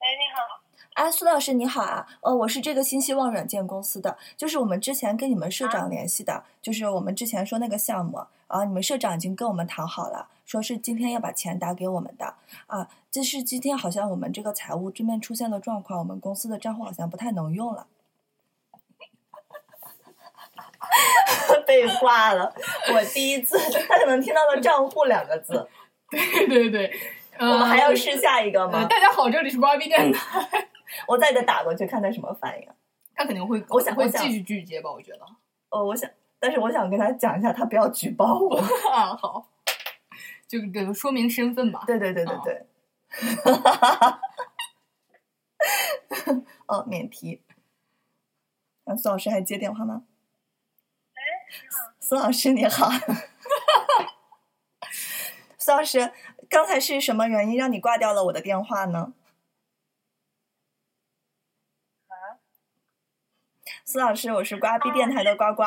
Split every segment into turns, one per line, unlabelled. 哎
啊，苏老师你好啊，呃，我是这个新希望软件公司的，就是我们之前跟你们社
啊
长联系的，就是我们之前说那个项目啊，你们社长已经跟我们谈好了，说是今天要把钱打给我们的啊，就是今天好像我们这个财务这边出现了状况，我们公司的账户好像不太能用了。
被挂了，我第一次，他可能听到了“账户”两个字。
对对对，呃、
我们还要试下一个
呃
嗯
吗？嗯
大家好，这里是瓜逼电台，
我再给他打过去，看他什么反应。
他肯定会，
我想
会
我想
继续拒绝吧，我觉得。
呃
哦，我想，但是我想跟他讲一下，他不要举报 我。
啊，好， 就这个说明身份吧。
对对对对对。
哦，免提。啊，苏老师还接电话吗？苏老师你好， 苏老师，刚才是什么原因让你挂掉了我的电话呢？苏老师，我是瓜逼电台的呱呱。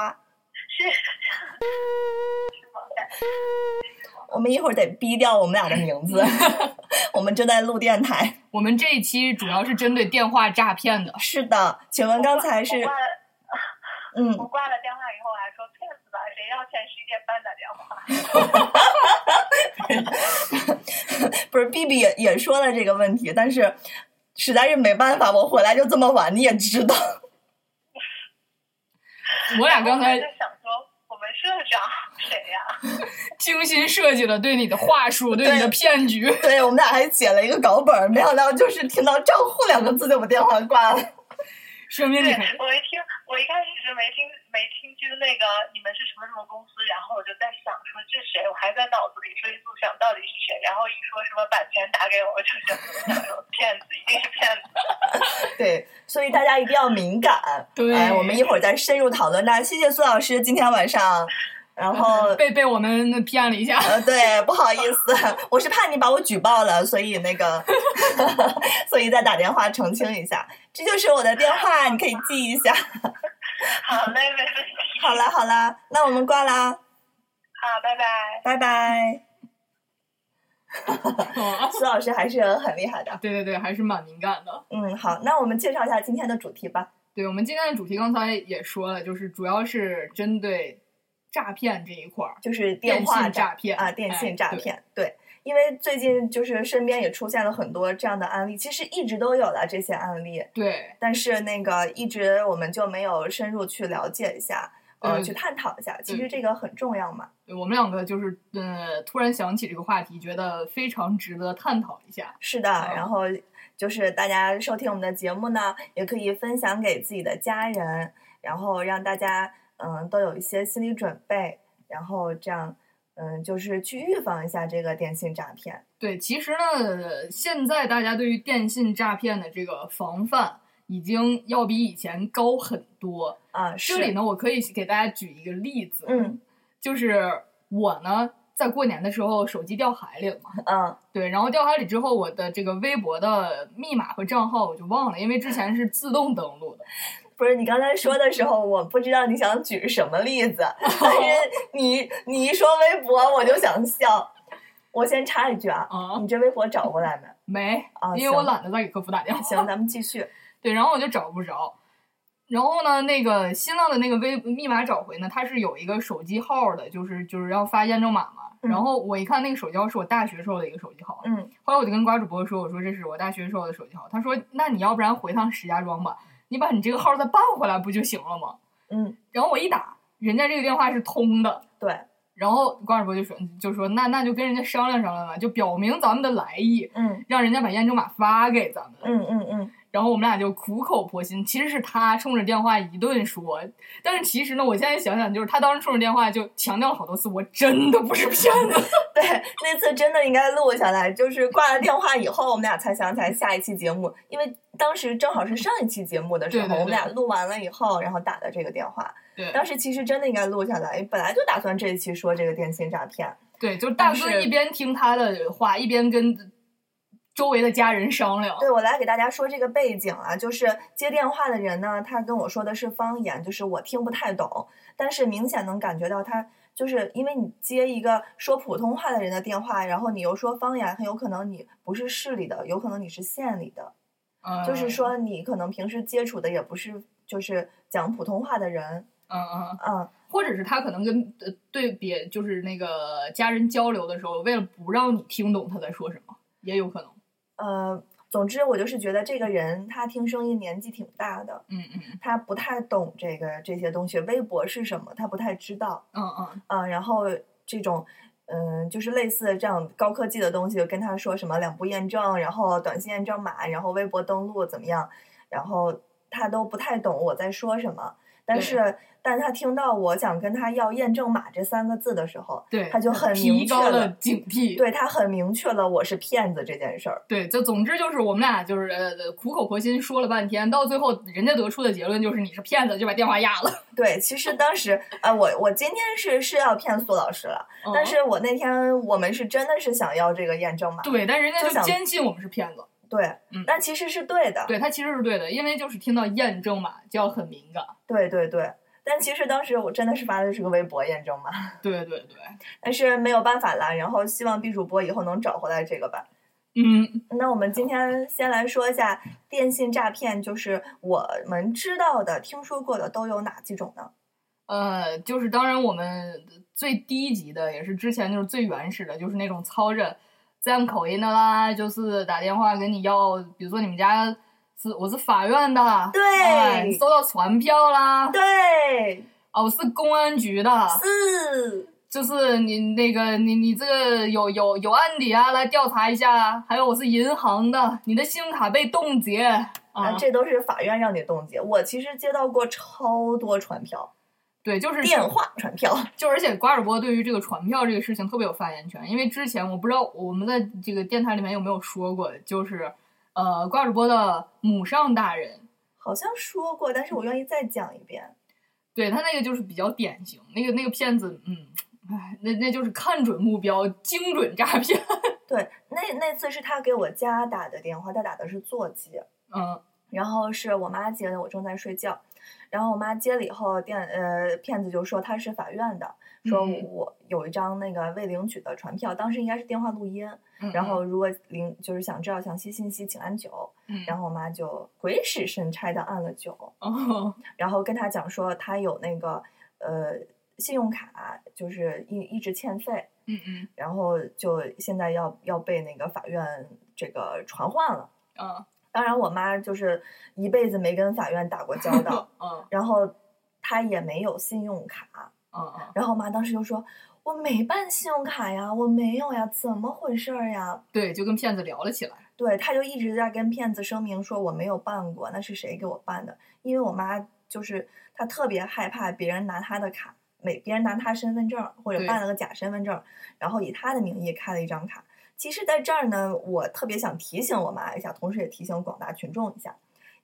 我们一会儿得逼掉我们俩的名字。 我们正在录电台。
我们这一期主要是针对电话诈骗的。
是的，请问刚才是
我挂了
嗯，
我挂了电话以后啊还说骗子吧，谁要欠谁点半打电话？
不是 B B 也也说了这个问题，但是实在是没办法，我回来就这么晚，你也知道。
我俩刚
哦
我还
才
在想说，我们社长谁呀、
精心设计了对你的话术，对
对
你的骗局。
对我们俩还写了一个稿本儿，没想到就是听到“账户”两个字就把电话挂了。
说明你
对
可以，
我一听，我一开始是没听没听清那个你们是什么什么公司，然后我就在想说这是谁，我还在脑子里追溯想到底是谁，然后一说什么把钱打给我，我就想说 骗子一定是骗子。
对，所以大家一定要敏感。
对
哎，我们一会儿再深入讨论那谢谢苏老师今天晚上，然 后。
被被我们骗了一 下。
呃，对，不好意思，我是怕你把我举报了，所以那个， 所以再打电话澄清一下，这就是我的电话，你可以记一下。
好嘞，没问题。
好啦好啦，那我们挂啦，
好，拜拜。
拜拜。
嗯
苏老师还是很厉害的。
对对对，还是蛮敏感的。
嗯，好，那我们介绍一下今天的主题吧。
对我们今天的主题，刚才也说了，就是主要是针对诈骗这一块儿，
就是电话
电信诈骗
啊，电信
哎
诈
对
骗，对。因为最近就是身边也出现了很多这样的案例，其实一直都有了这些案例，
对
但是那个一直我们就没有深入去了解一下，呃，
对
去探讨一下。其实
对
这个很重要嘛，
对我们两个就是呃，突然想起这个话题，觉得非常值得探讨一下。
是的。然后就是大家收听我们的节目呢，也可以分享给自己的家人，然后让大家嗯、都有一些心理准备，然后这样嗯、就是去预防一下这个电信诈骗。
对，其实呢，现在大家对于电信诈骗的这个防范，已经要比以前高很多。
啊，
这
是
里呢，我可以给大家举一个例子，
嗯
就是我呢在过年的时候手机掉海里了嘛，
嗯
对，然后掉海里之后，我的这个微博的密码和账号我就忘了，因为之前是自动登录的。
不是你刚才说的时候，我不知道你想举什么例 子，但是你你一说微博，我就想笑。我先插一句啊，
啊，
你这微博找过来没？
没
啊，
因为我
行
懒得再给客服打电话。
行，咱们继续。
对，然后我就找不着。然后呢，那个新浪的那个微密码找回呢，它是有一个手机号的，就是就是要发验证码嘛。
嗯
然后我一看那个手机号是我大学时候的一个手机号，
嗯，
后来我就跟瓜主播说，我说这是我大学时候的手机号，他说那你要不然回趟石家庄吧，你把你这个号再办回来不就行了吗？
嗯，
然后我一打，人家这个电话是通的，
对，
然后瓜主播就说就说那那就跟人家商量商量吧，就表明咱们的来意，
嗯
让人家把验证码发给咱们。
嗯嗯嗯，
然后我们俩就苦口婆心，其实是他冲着电话一顿说，但是其实呢，我现在想想，就是他当时冲着电话就强调了好多次，我真的不是骗子。
对，那次真的应该录下来，就是挂了电话以后，我们俩才想起来下一期节目，因为当时正好是上一期节目的时候，
对对对
我们俩录完了以后，然后打的这个电话。
对
当时其实真的应该录下来，本来就打算这一期说这个电信诈骗。
对，就是大哥一边听他的话，一边跟周围的家人商量。
对，我来给大家说这个背景啊，就是接电话的人呢，他跟我说的是方言，就是我听不太懂，但是明显能感觉到他就是因为你接一个说普通话的人的电话，然后你又说方言，很有可能你不是市里的，有可能你是县里的，
嗯
就是，说你可能平时接触的也不是就是讲普通话的人，
嗯嗯，
嗯，
或者是他可能跟呃对别就是那个家人交流的时候，为了不让你听懂他在说什么，也有可能。
呃，总之我就是觉得这个人他听声音年纪挺大的，
嗯嗯
他不太懂这个这些东西，微博是什么他不太知道，
嗯嗯
啊，然后这种。嗯，就是类似这样高科技的东西，跟他说什么两步验证，然后短信验证码，然后微博登录怎么样，然后他都不太懂我在说什么。但
对
是，但是他听到我想跟他要验证码这三个字的时候，
对，
他就很明
提
确
高
了
了警惕。
对他很明确了我是骗子这件事儿。
对，就总之就是我们俩就是呃苦口婆心说了半天，到最后人家得出的结论就是你是骗子，就把电话压了。
对，其实当时啊、我我今天是是要骗苏老师了，嗯
哦
但是我那天我们是真的是想要这个验证码，
对，但人家
就
就
想
坚信我们是骗子。
对
嗯，
但其实是对的，
对他其实是对的，因为就是听到验证码就要很敏感。
对对对。但其实当时我真的是发的是个微博验证码，
对对对，
但是没有办法啦。然后希望 B 主播以后能找回来这个吧。
嗯
那我们今天先来说一下电信诈骗，就是我们知道的、听说过的都有哪几种呢？
呃，就是当然我们最低级的也是之前就是最原始的，就是那种操着自样口音的啦，就是打电话跟你要，比如说你们家是我是法院的，
对
哎你收到传票啦，
对，
哦，我是公安局的，
四。
就是你那个你你这个有有有案底啊，来调查一下啊。还有我是银行的，你的信用卡被冻结啊
啊，。这都是法院让你冻结。我其实接到过超多传票，
对，就是
电话传票。
就而且瓜主播对于这个传票这个事情特别有发言权，因为之前我不知道我们在这个电台里面有没有说过，就是呃瓜主播的母上大人，
好像说过，但是我愿意再讲一遍。
对他那个就是比较典型，那个那个骗子，嗯，哎，那那就是看准目标，精准诈骗，
对，那那次是他给我家打的电话，他打的是座机，
嗯
然后是我妈接的，我正在睡觉，然后我妈接了以后，电呃骗子就说他是法院的，说
嗯
我有一张那个未领取的传票，当时应该是电话录音，
嗯，
然后如果领就是想知道详细信息，请按九，
嗯，
然后我妈就鬼使神差的按了九，
哦，
然后跟他讲说他有那个呃信用卡，就是一一直欠费，
嗯嗯
然后就现在要要被那个法院这个传唤了。
嗯，
当然，我妈就是一辈子没跟法院打过交道
嗯
然后她也没有信用卡，
嗯嗯。
然后我妈当时就说。我没办信用卡呀，我没有呀，怎么回事儿呀？
对，就跟骗子聊了起来。
对，她就一直在跟骗子声明说我没有办过，那是谁给我办的？因为我妈就是她特别害怕别人拿她的卡，每别人拿她身份证或者
对
办了个假身份证，然后以她的名义开了一张卡。其实，在这儿呢，我特别想提醒我妈一下，同时也提醒广大群众一下。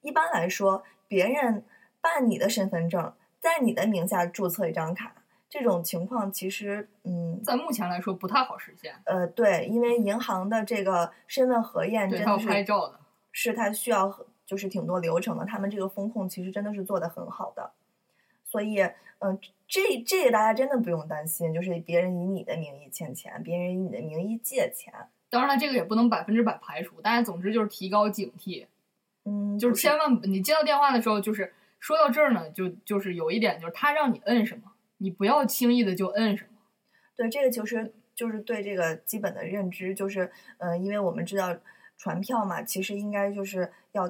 一般来说，别人办你的身份证，在你的名下注册一张卡，这种情况其实，嗯，
在目前来说不太好实现，
呃，对，因为银行的这个身份核验
对，
真
他要
的
拍
是
照的。
是它需要很就是挺多流程的，他们这个风控其实真的是做得很好的，所以嗯、呃这这个大家真的不用担心，就是别人以你的名义欠钱，别人以你的名义借钱，
当然了，这个也不能百分之百排除，但是总之就是提高警惕，
嗯，
就是
不
千万你接到电话的时候，就是说到这儿呢，就就是有一点就是他让你摁什么，你不要轻易的就摁什么。
对这个其实就是对这个基本的认知，就是呃，因为我们知道传票嘛，其实应该就是要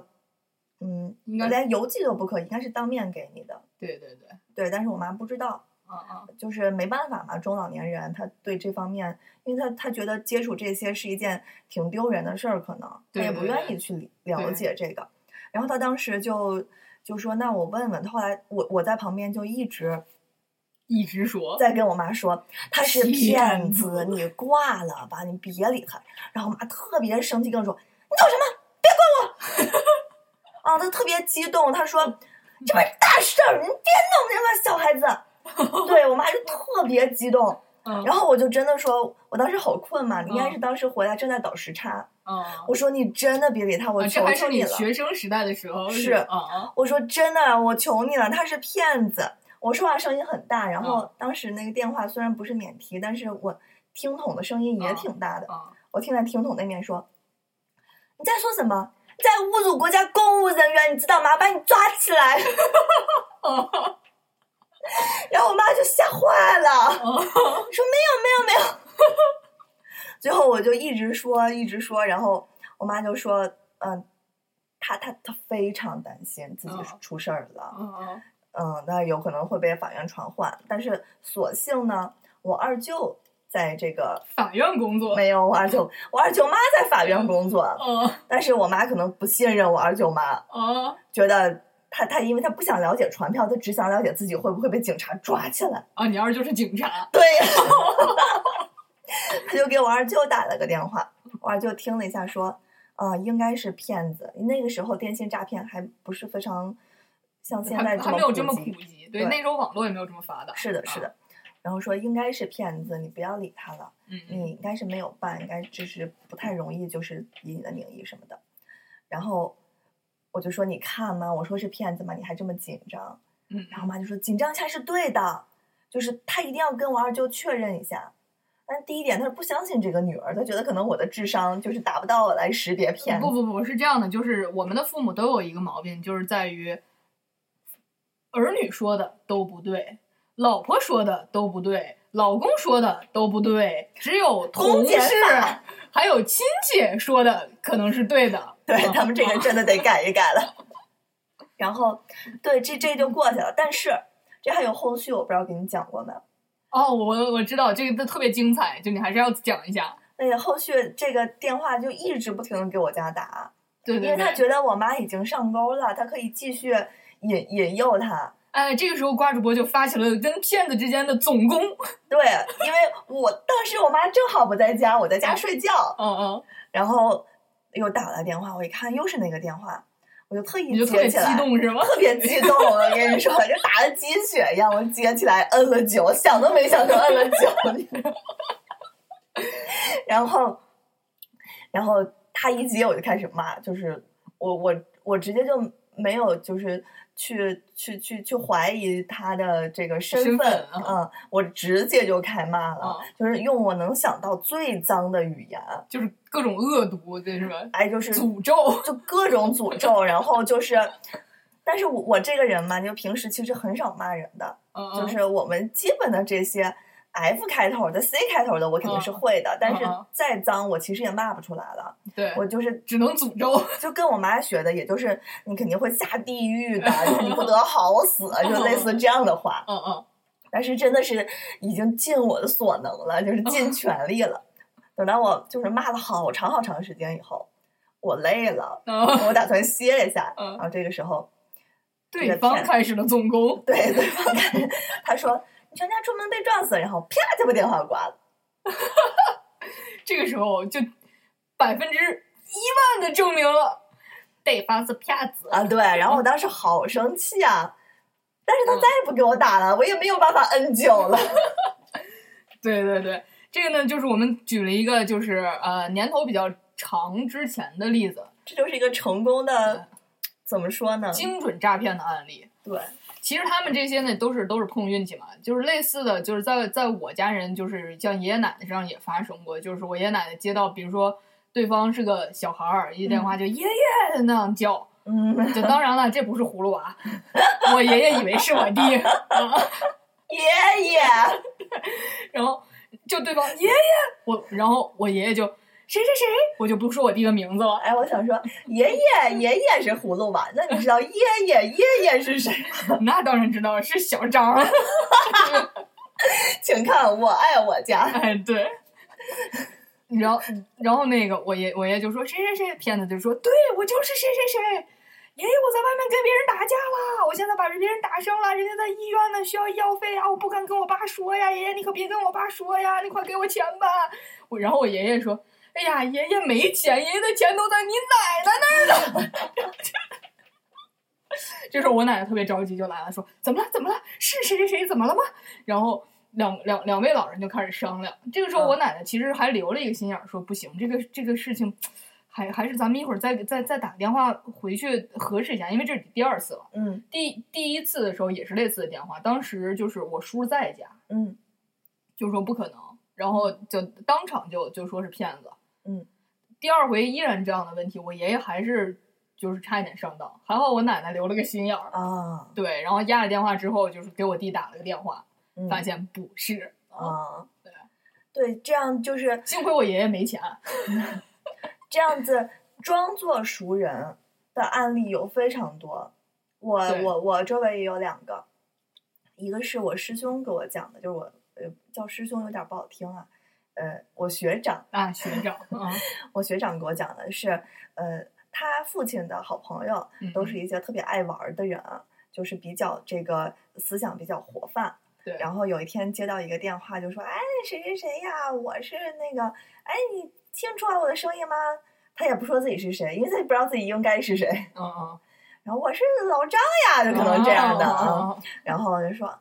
嗯，
应该
连邮寄都不可以，应该是当面给你的，
对对对，
对，但是我妈不知道。
嗯嗯，
就是没办法嘛，中老年人他对这方面，因为他他觉得接触这些是一件挺丢人的事儿，可能他
对
也不
对
愿
对
意去理了解这个。然后他当时就就说：“那我问问。”后来我我在旁边就一直
一直说，
在跟我妈说：“他是
骗
骗
子
子，你挂了吧，你别理他。”然后我妈特别生气跟我说：“你搞什么？别管我！” 啊，她特别激动，她说：“这不是大事儿，你别弄这个小孩 子。”对我妈就特别激动。
嗯
然后我就真的说，我当时好困嘛，应该是当时回来正在倒时差。
嗯，
我说你真的别理他，我
啊这
求
还
求
是你
了。
学生时代的时候
是
啊啊，
我说真的，我求你了，他是骗子。我说话声音很大，然
嗯
后当时那个电话虽然不是免提，但是我听筒的声音也
嗯
挺大的。
嗯
我听在听筒那面说：“你在说什么？在侮辱国家公务人员，你知道吗？把你抓起来。 然后我妈就吓坏了，说没有没有没有。 最后我就一直说一直说，然后我妈就说，嗯、她她她非常担心自己
嗯
出事儿了，
嗯嗯
嗯，那有可能会被法院传唤。但是所幸呢，我二舅在这个
法院工作，
没有我二舅，我二舅妈在法院工作，
嗯
但是我妈可能不信任我二舅妈，
嗯
觉得她她因为她不想了解传票，她只想了解自己会不会被警察抓起来。
啊，你二舅是警察，
对，她就给我二舅打了个电话，我二舅听了一下说，啊、应该是骗子。那个时候电信诈骗还不是非常像现在
还
这
还
么
没有这么
普及
普及，对，
对
那时候网络也没有这么发达，
是的，是
啊，
的。然后说应该是骗子，你不要理他了，
嗯嗯
你应该是没有办，应该就是不太容易，就是以你的名义什么的。然后我就说你看嘛，我说是骗子嘛，你还这么紧张。
嗯，
然后我妈就说紧张一下是对的，就是她一定要跟我二舅确认一下。但第一点，她是不相信这个女儿，她觉得可能我的智商就是达不到我来识别骗
不
子。
不不是这样的，就是我们的父母都有一个毛病，就是在于儿女说的都不对，老婆说的都不对，老公说的都不对，只有同
公检
事
法
还有亲戚说的可能是对的。
对
嗯
他们这个真的得改一改了。然后，对这这就过去了。但是这还有后续，我不知道跟你讲过没有。
哦，我我知道这个特别精彩，就你还是要讲一下。
对，哎后续这个电话就一直不停的给我家打，
对
因
对
为他
对，
觉得我妈已经上钩了，他可以继续引引诱他。
哎，这个时候瓜主播就发起了跟骗子之间的总攻。
对，因为我当时我妈正好不在家，我在家睡觉，
嗯嗯，
然后又打来电话，我一看又是那个电话，我就特
你
意
就特别
接起
激
来，
动 是吗？
特别激动，我跟你说，就打了鸡血一样，我接起来摁了九，想都没想就摁了九。然后，然后他一接我就开始骂，就是我我我直接就没有就是去去去去怀疑他的这个身
身
份，
份啊
嗯，我直接就开骂了，
啊
就是用我能想到最脏的语言，
就是各种恶毒，对是吧？
哎，就是
诅咒。
就各种诅咒，然后就是，但是我我这个人嘛，就平时其实很少骂人的，
嗯嗯
就是我们基本的这些 F 开头的、C 开头的，我肯定是会的，但是
嗯嗯
再脏我其实也骂不出来了，
对，
我就是
只能诅咒。
就跟我妈学的，也就是你肯定会下地狱 的，你不得好死，就类似这样的话。
嗯嗯，
但是真的是已经尽我的所能了，就是 尽全力了。等到我就是骂了好长好长时间以后，我累了。
嗯，
我打算歇一下。
嗯
然后这个时候，
对方开始了总攻，
对对方他说你全家出门被撞死，然后啪就把电话挂了。
这个时候就百分之一万的证明了对方是骗子。
啊，对，然后我当时好生气啊。但是他再也不给我打了，我也没有办法摁九 了。
对对对，这个呢，就是我们举了一个就是呃年头比较长之前的例子，
这就是一个成功的，怎么说呢？
精准诈骗的案例。
对，
其实他们这些呢，都是都是碰运气嘛，就是类似的，就是在在我家人，就是像爷爷奶奶身上也发生过，就是我爷爷奶奶接到，比如说对方是个小孩儿，一电话就爷爷那样叫，
嗯，
就当然了，这不是葫芦娃， 我爷爷以为是我弟，
爷爷，
然后就对方爷爷，我然后我爷爷就谁谁谁，我就不说我弟的名字了，
哎，我想说，爷爷，爷爷是葫芦娃，那你知道爷爷，爷爷是 谁？
那当然知道是小张儿，
请看《我爱我家》。
哎对。 然后，然后那个我爷我爷就说谁谁谁，骗子就说对我就是谁谁谁，爷爷我在外面跟别人打架了，我现在把别人打伤了，人家在医院呢，需要医药费啊，我不敢跟我爸说呀，爷爷你可别跟我爸说呀，你快给我钱吧。我然后我爷爷说，哎呀，爷爷没钱，爷爷的钱都在你奶奶那儿 呢。这时候我奶奶特别着急就来了，说怎么了怎么了，是谁谁谁怎么了吗？然后两两两位老人就开始商量。这个时候
嗯
我奶奶其实还留了一个心眼儿，说不行，这个这个事情。还还是咱们一会儿再再再打个电话回去核实一下，因为这是第二次了。
嗯
第第一次的时候也是类似的电话，当时就是我叔在家，
嗯
就说不可能，然后就当场就就说是骗子。
嗯，
第二回依然这样的问题，我爷爷还是就是差一点上当，还好我奶奶留了个心眼儿。
啊，
对，然后压了电话之后，就是给我弟打了个电话，
嗯
发现不是，
啊
对，
对，这样就是
幸亏我爷爷没钱。
这样子装作熟人的案例有非常多，我
对
我我周围也有两个，一个是我师兄给我讲的，就是我呃叫师兄有点不好听啊，呃，我学长，
啊，学 长，
嗯
啊，
我学长给我讲的是，呃，他父亲的好朋友
嗯
都是一些特别爱玩儿的人，啊就是比较这个思想比较活泛，
对，
然后有一天接到一个电话，就说：“哎，谁谁谁呀，我是那个，哎，你听出来我的声音吗？”他也不说自己是谁，因为他也不知道自己应该是谁。
嗯
然后我是老张呀，
嗯，
就可能这样的啊。
啊，
然后就说，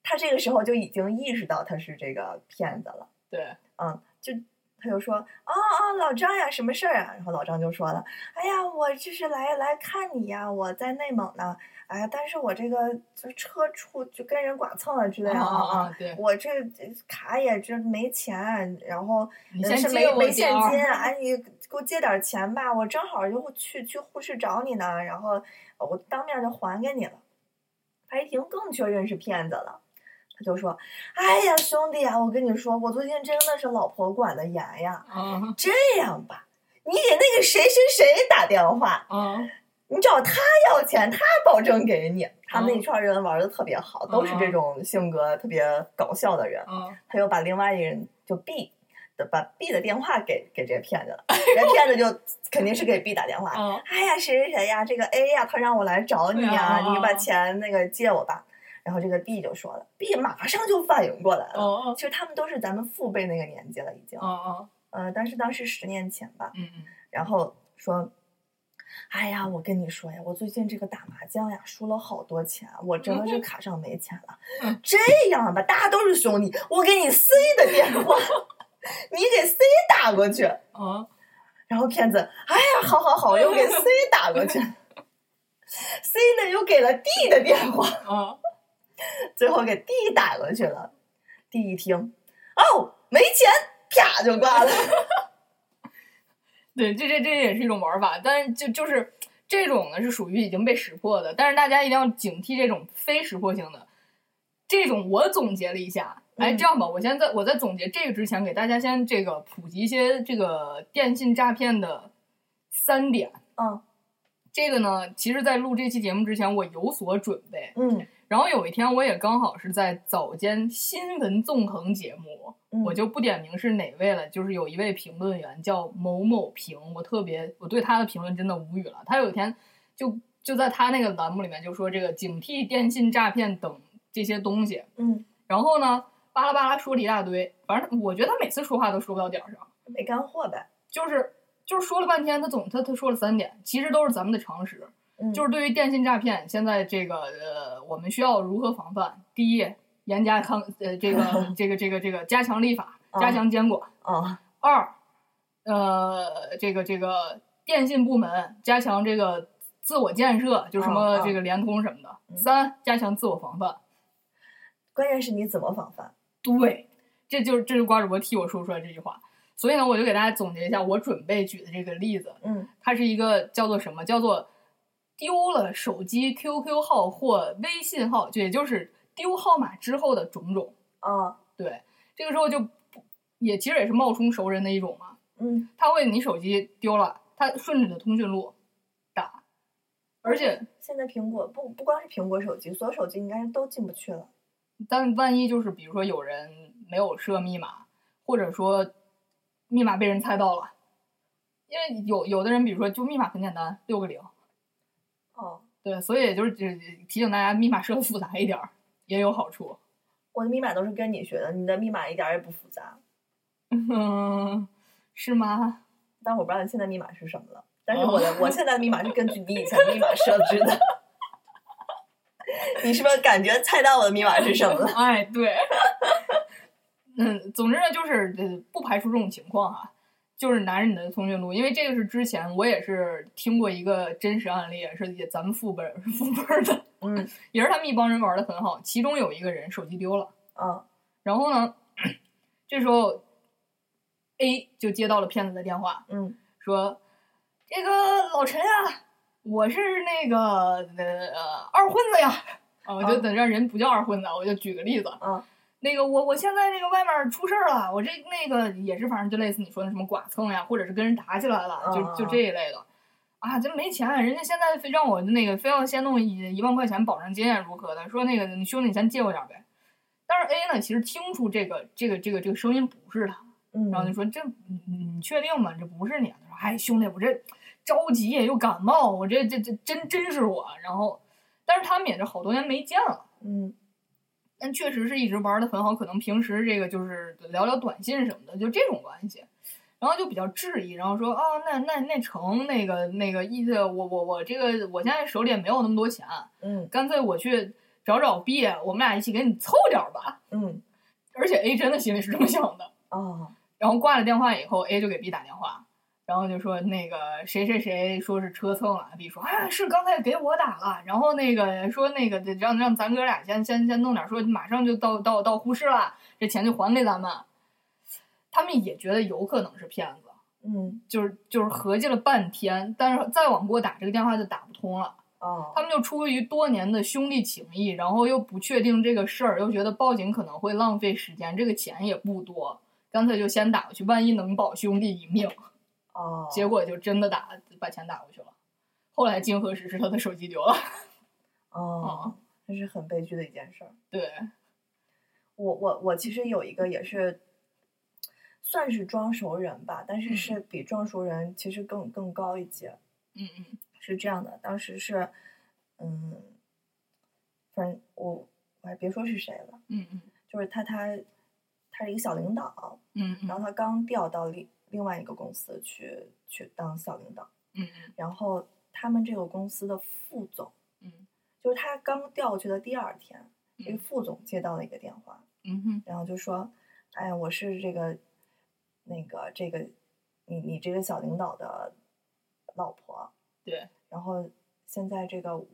他这个时候就已经意识到他是这个骗子了。
对，
嗯，就他就说啊啊，老张呀，什么事儿啊？然后老张就说了，哎呀，我就是来来看你呀，我在内蒙呢，哎呀，但是我这个就车处就跟人剐蹭了之类的啊
啊， 对，
我这卡也这没钱，然后
你
呃
先
是
借
没
我
没
点
现
儿
金， 哎，你给我借点儿钱吧，我正好就去去护士找你呢，然后呃我当面就还给你了。白婷更确认是骗子了，他就说：“哎呀，兄弟啊，我跟你说，我最近真的是老婆管的严呀。
啊
这样吧，你给那个谁谁谁打电话，
啊，
你找他要钱，他保证给你。”他
哦
们那一圈人玩的特别好，都是这
嗯
种性格特别搞笑的人。
啊，
他又把另外一个人就 B 的把 B 的电话给给这个骗子了， 这骗子就肯定是给 B 打电话，
啊，
哎呀谁谁谁呀，这个 A 呀，他让我来找你
对
呀，
啊
你把钱那个借我吧。然后这个 B 就说了，B 马上就反应过来了。
哦，
其实他们都是咱们父辈那个年纪了，已经，
啊啊，
呃，但是当时十年前吧，
嗯嗯，
然后说：“哎呀，我跟你说呀，我最近这个打麻将呀，输了好多钱，啊我真的是卡上没钱了。
嗯
这样吧，大家都是兄弟，我给你 C 的电话， 你给 C 打过去。
啊，
然后骗子，哎呀，好好好，又给 C 打过去。C 呢又给了 D 的电话，
啊，
最后给 D 打过去了。D 一听，哦，没钱，啪就挂了。
对，这这这也是一种玩法，但是就就是这种呢是属于已经被识破的，但是大家一定要警惕这种非识破性的。这种我总结了一下，哎，
嗯
这样吧，我先在我在总结这个之前，给大家先这个普及一些这个电信诈骗的三点。
嗯
这个呢，其实，在录这期节目之前，我有所准备。
嗯
然后有一天，我也刚好是在早间新闻纵横节目，
嗯，
我就不点名是哪位了，就是有一位评论员叫某某评，我特别我对他的评论真的无语了。他有一天就就在他那个栏目里面就说这个警惕电信诈骗等这些东西，
嗯
然后呢巴拉巴拉说了一大堆，反正我觉得他每次说话都说不到点儿上，
没干货呗。
就是就是说了半天，他总他他说了三点，其实都是咱们的常识，
嗯，
就是对于电信诈骗，现在这个呃，我们需要如何防范？第一，严加抗呃这 个这个这个这个加强立法，
啊
加强监管。
啊，
二，呃，这个这个电信部门加强这个自我建设，就什
啊
么
啊
这个联通什么的。
嗯
三，加强自我防范。
关键是你怎么防范？
对，这就是这是瓜主播替我说出来这句话。所以呢，我就给大家总结一下我准备举的这个例子，
嗯
它是一个叫做什么？叫做丢了手机、QQ 号或微信号，就也就是丢号码之后的种种。
啊
对，这个时候就不也其实也是冒充熟人的一种嘛。
嗯
他会你手机丢了，他顺着你的通讯录打，而且
现在苹果不不光是苹果手机，所有手机应该都进不去了。
但万一就是比如说有人没有设密码，或者说密码被人猜到了，因为有有的人比如说就密码很简单，六个零。
哦，
对，所以也就是只提醒大家，密码设复杂一点儿也有好处。
我的密码都是跟你学的，你的密码一点儿也不复杂。
嗯，是吗？
但我不知道你现在密码是什么了。但是
哦
我的、我现在的密码是根据你以前的密码设置的。 你是不是感觉猜到我的密码是什么了？
哎，对。嗯，总之呢，就是呃，不排除这种情况啊，就是拿着你的通讯录，因为这个是之前我也是听过一个真实案例，是也咱们父辈儿父辈儿的，
嗯
也是他们一帮人玩的很好，其中有一个人手机丢了。
啊
然后呢， 这时候 A 就接到了骗子的电话，
嗯
说：“这个老陈啊，我是那个呃二混子呀，啊，我就得让人不叫二混子，我就举个例子，
嗯，
那个我我现在这个外面出事儿了，我这那个也是，反正就类似你说的什么剐蹭呀，或者是跟人打起来了，就就这一类的。啊，真没钱，人家现在非让我那个非要先弄一一万块钱保证金如何的，说那个你兄弟你先借我点儿呗。但是 A 呢，其实听出这个这个这个这个声音不是他，
嗯，
然后就说：“这你你你确定吗？这不是你啊？”他说：“哎，兄弟，我这着急又感冒，我这这这真真是我。”然后，但是他们也是好多年没见了，
嗯
但确实是一直玩的很好，可能平时这个就是聊聊短信什么的，就这种关系。然后就比较质疑，然后说：“哦，那那那成那个那个意思，我我我这个我现在手里也没有那么多钱，
嗯
干脆我去找找 B，我们俩一起给你凑点儿吧。
嗯，”
而且 A 真的心里是这么想的。
哦，
然后挂了电话以后，A 就给 B 打电话，然后就说那个谁谁谁说是车蹭了，B 说啊是刚才给我打了，然后那个说那个得让让咱哥俩先先先弄点，说马上就到到到呼市了，这钱就还给咱们。他们也觉得有可能是骗子，
嗯
就是就是合计了半天，但是再往过打这个电话就打不通了。
哦，
他们就出于多年的兄弟情谊，然后又不确定这个事儿，又觉得报警可能会浪费时间，这个钱也不多，干脆就先打过去，万一能保兄弟一命。
哦，
结果就真的打把钱打过去了。后来经核实是他的手机丢了。
哦，这是很悲剧的一件事儿。
对，
我我我其实有一个也是，算是装熟人吧，但是是比装熟人其实更更高一阶。
嗯嗯
是这样的，当时是，嗯，反正我我还别说是谁了，
嗯嗯
就是他他他是一个小领导，
嗯嗯
然后他刚调到另另外一个公司去去当小领导，
嗯
然后他们这个公司的副总，
嗯
就是他刚调过去的第二天，这个
嗯
副总接到了一个电话，
嗯哼
然后就说：“哎呀，我是这个，那个这个，你你这个小领导的老婆。”
对。嗯
然后现在这个我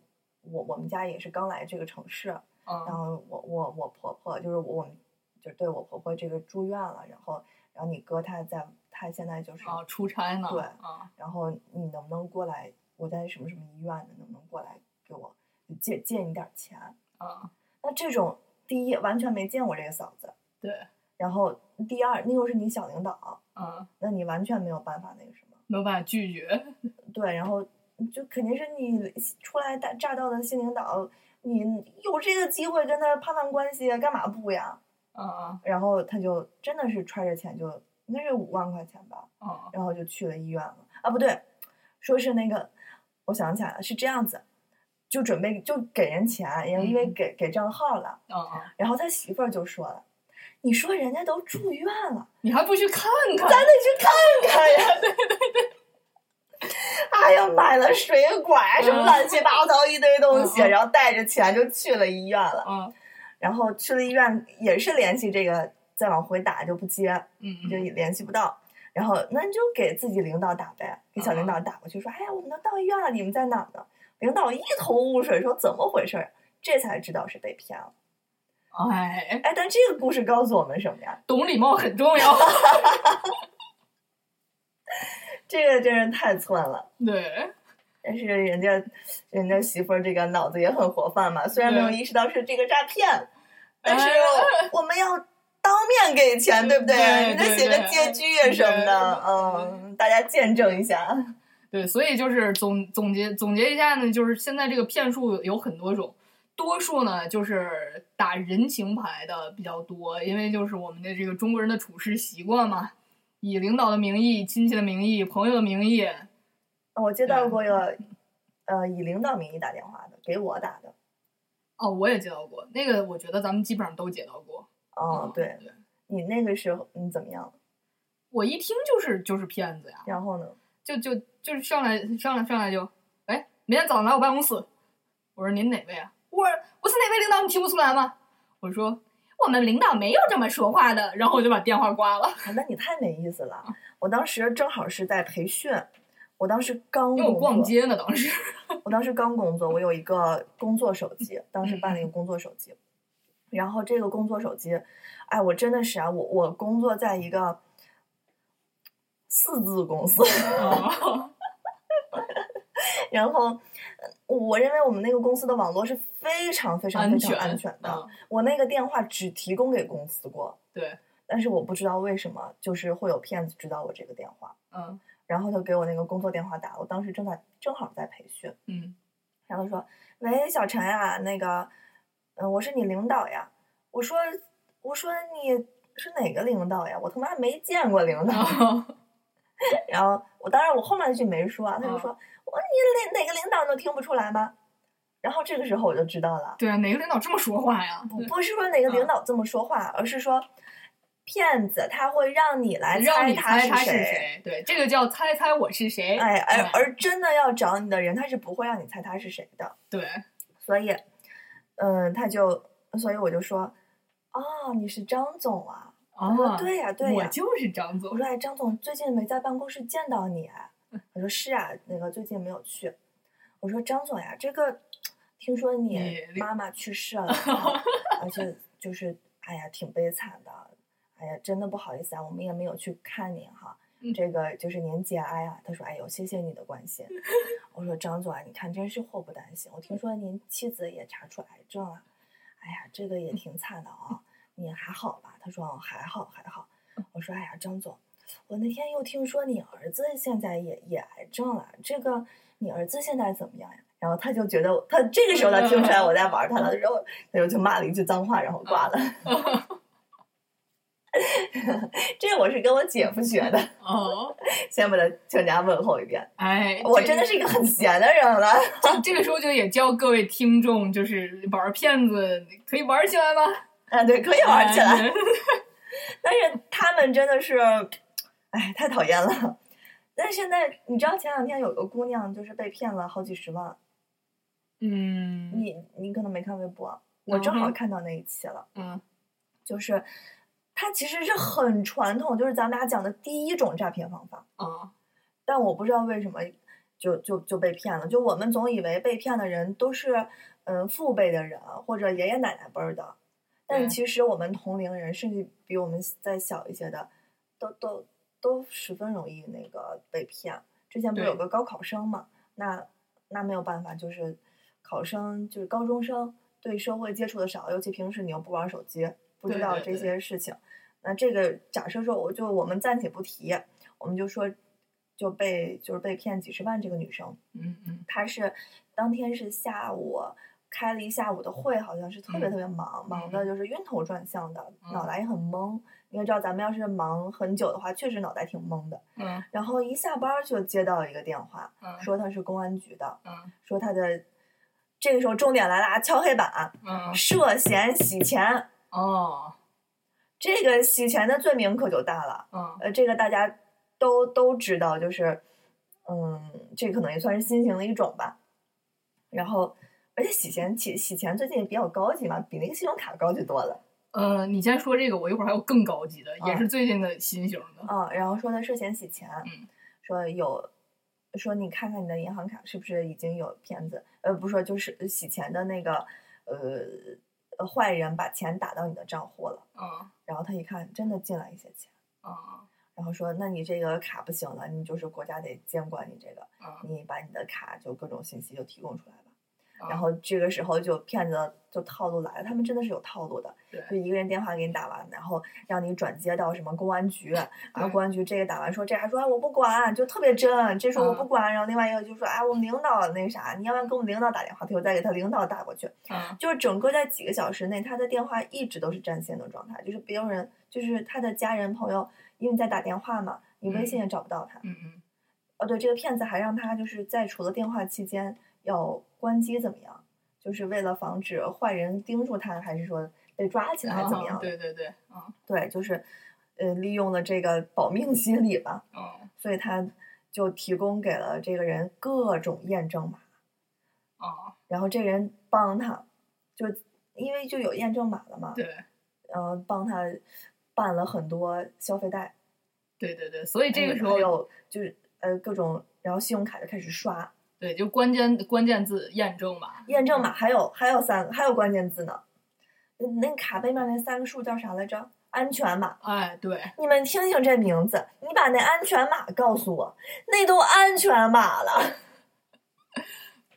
我们家也是刚来这个城市，然
嗯
后我我我婆婆就是我们就对我婆婆这个住院了，然后然后你哥他在他现在就是，
啊，出差呢。
对
啊
然后你能不能过来？我在什么什么医院呢？能不能过来给我借借你点儿钱？
啊
那这种第一完全没见过这个嫂子，
对
然后第二，那又是你小领导，
啊，
那你完全没有办法那个什么。
没有办法拒绝。
对，然后就肯定是你初来大乍到的新领导，你有这个机会跟他攀攀关系，干嘛不呀？
啊
然后他就真的是揣着钱就，应该是五万块钱吧，
啊
然后就去了医院了。啊，不对，说是那个，我想起来了，是这样子，就准备就给人钱，也因为
嗯
给给账号了。
啊啊！
然后他媳妇儿就说了：“你说人家都住院了。”
你还不去看看？
咱得去看看呀。对对对。哎呀，买了水管啊什么乱七八糟一堆东西，
嗯嗯
然后带着钱就去了医院了。
啊
然后去了医院也是联系这个，再往回打就不接，
嗯
就
嗯
也联系不到。然后那你就给自己领导打呗，给小领导打过去说：“哎呀，我们都到医院了，你们在哪儿呢？”领导一头雾水，说：“怎么回事儿？”这才知道是被骗了。
哎，
哎，但这个故事告诉我们什么呀？
懂礼貌很重 要。
这个真是太寸了。
对，
但是人家人家媳妇儿这个脑子也很活泛嘛，虽然没有
对
意识到是这个诈骗，但是
哎
我们要当面给钱，对不对？
对
人家
对
写个
对
借据啊什么的，
对对
嗯，大家见证一下。
对，所以就是总总结总结一下呢，就是现在这个骗术有很多种，多数呢就是打人情牌的比较多，因为就是我们的这个中国人的处事习惯嘛，以领导的名义、亲戚的名义、朋友的名义，
我接到过有呃以领导名义打电话的，给我打的。
哦，我也接到过，那个我觉得咱们基本上都接到过。
哦，对
对，
你那个时候你怎么样？
我一听就是就是骗子呀，
然后呢？
就就就是上来上来上来就，哎，明天早上来我办公室。我说您哪位啊？我说我是哪位领导？你听不出来吗？我说我们领导没有这么说话的。然后我就把电话挂了，
啊那你太没意思了。我当时正好是在培训，我当时刚
因为我
工
逛
作
街呢，当时。
我当时刚工作，我有一个工作手机，当时办
嗯
了一个工作手机，然后这个工作手机，哎，我真的是啊，我我工哦作在一个四字公司，
啊
然后，呃我认为我们那个公司的网络是非常非常非
安
常
全
安全的。
嗯
我那个电话只提供给公司过，
对，
但是我不知道为什么，就是会有骗子知道我这个电话，
嗯
然后他给我那个工作电话打，我当时正在正好在培训，
嗯
然后说：“喂，小陈啊，那个，嗯，我是你领导呀。”我说：“我说你是哪个领导呀？我他妈没见过领
哦
导。” 然后我当然我后面那句没说啊，他就
嗯
说：“我说你哪哪个领导你都听不出来吗？”然后这个时候我就知道了，
对啊，哪个领导这么说话呀？
不不是说哪个领
嗯
导这么说话，而是说骗子他会让你来
让
猜
你
他
猜他
谁。
谁？对，这个叫猜猜我是谁。
哎，而
嗯
而真的要找你的人，他是不会让你猜他是谁的。
对，
所以，嗯，他就，所以我就说，哦，你是张总啊？
啊
他，说对呀、对
我
呀、
就是张
我
总。
说哎，张总最近没在办公室见到你、啊。他说是啊，那个最近没有去。我说张总呀，这个听说你
你
妈妈去世 了啊，而且就是哎呀，挺悲惨的。哎呀，真的不好意思啊，我们也没有去看您哈
嗯。
这个就是您节哀啊。他说：“哎呦，谢谢你的关心。”我说：“张总啊，你看真是祸不单行，我听说您妻子也查出癌症了，哎呀，这个也
嗯
挺惨的啊。你还好吧？”他说：“哦，还好，还好。”
嗯
我说：“哎呀，张总，我那天又听说你儿子现在也也癌症了，这个你儿子现在怎么样呀？”然后他就觉得他这个时候他听出来我在玩他了，然后他就就骂了一句脏话，然后挂了。
嗯
这我是跟我姐夫学的，
哦，
先把他全家问候一遍。
哎，
我
这
真的是一个很闲的人了，
这个时候就也教各位听众，就是玩骗子可以玩起来吗？
啊，对，可以玩起来。
哎。
但是他们真的是，哎，太讨厌了。但是现在你知道，前两天有个姑娘就是被骗了好几十万，
嗯
你你可能没看微博，我正好
嗯哼
看到那一期了，
嗯
就是它其实是很传统，就是咱们俩讲的第一种诈骗方法。
啊
但我不知道为什么就就就被骗了。就我们总以为被骗的人都是嗯父辈的人或者爷爷奶奶辈儿的，但
对
其实我们同龄人，甚至比我们再小一些的，都都都十分容易那个被骗。之前不是
对
有个高考生嘛？那那没有办法，就是考生就是高中生对社会接触的少，尤其平时你又不玩手机，不知
对
道
对
这
对
些事情。那这个假设说，我就我们暂且不提，我们就说就被就是被骗几十万这个女生，
嗯嗯
她是当天是下午开了一下午的会，好像是特别
嗯
特别忙，忙的就是晕头转向的，
嗯
脑袋也很懵。你也知道，咱们要是忙很久的话，确实脑袋挺懵的。
嗯
然后一下班儿就接到一个电话，
嗯
说他是公安局的，
嗯
说他的这个时候重点来了，啊，敲黑板啊，
嗯
涉嫌洗钱。
哦
这个洗钱的罪名可就大了。
嗯
呃，这个大家都都知道，就是，嗯，这可能也算是新型的一种吧。然后，而且洗钱洗洗钱最近也比较高级嘛，比那个信用卡高级多了
呃，你先说这个，我一会儿还有更高级的，
嗯
也是最近的新型的。
啊。然后说他涉嫌洗钱，
嗯
说有，说你看看你的银行卡是不是已经有骗子，呃，不是说就是洗钱的那个，呃，呃坏人把钱打到你的账户了。
嗯
然后他一看，真的进来一些钱，
嗯
然后说，那你这个卡不行了，你就是国家得监管你这个。
嗯，
你把你的卡就各种信息就提供出来吧。
嗯
然后这个时候就骗子就套路来了，他们真的是有套路的，就
对
一个人电话给你打完，然后让你转接到什么公安局，然后公安局这个打完说这还说哎我不管，就特别真，这说我不
嗯
管，然后另外一个就说哎我们领导那啥，你要不然给我们领导打电话，他又再给他领导打过去，
嗯
就是整个在几个小时内，他的电话一直都是占线的状态，就是别人就是他的家人朋友，因为你在打电话嘛，你微信也找不到他，
嗯嗯
哦，对，这个骗子还让他就是在除了电话期间要关机，怎么样？就是为了防止坏人盯住他，还是说被抓起来，还是怎么样
嗯？对对对，嗯
对，就是呃，利用了这个保命心理吧，
嗯
所以他就提供给了这个人各种验证码，
嗯，
然后这人帮他，就因为就有验证码了嘛，
对。
嗯、帮他办了很多消费贷，
对对对，所以这个时
哎还
候，
有就是呃各种，然后信用卡就开始刷，
对，就关键关键字验证码，
验证码还有还有三还有关键字呢，嗯那卡背面那三个数叫啥来着？安全码。
哎，对，
你们听听这名字，你把那安全码告诉我，那都安全码了。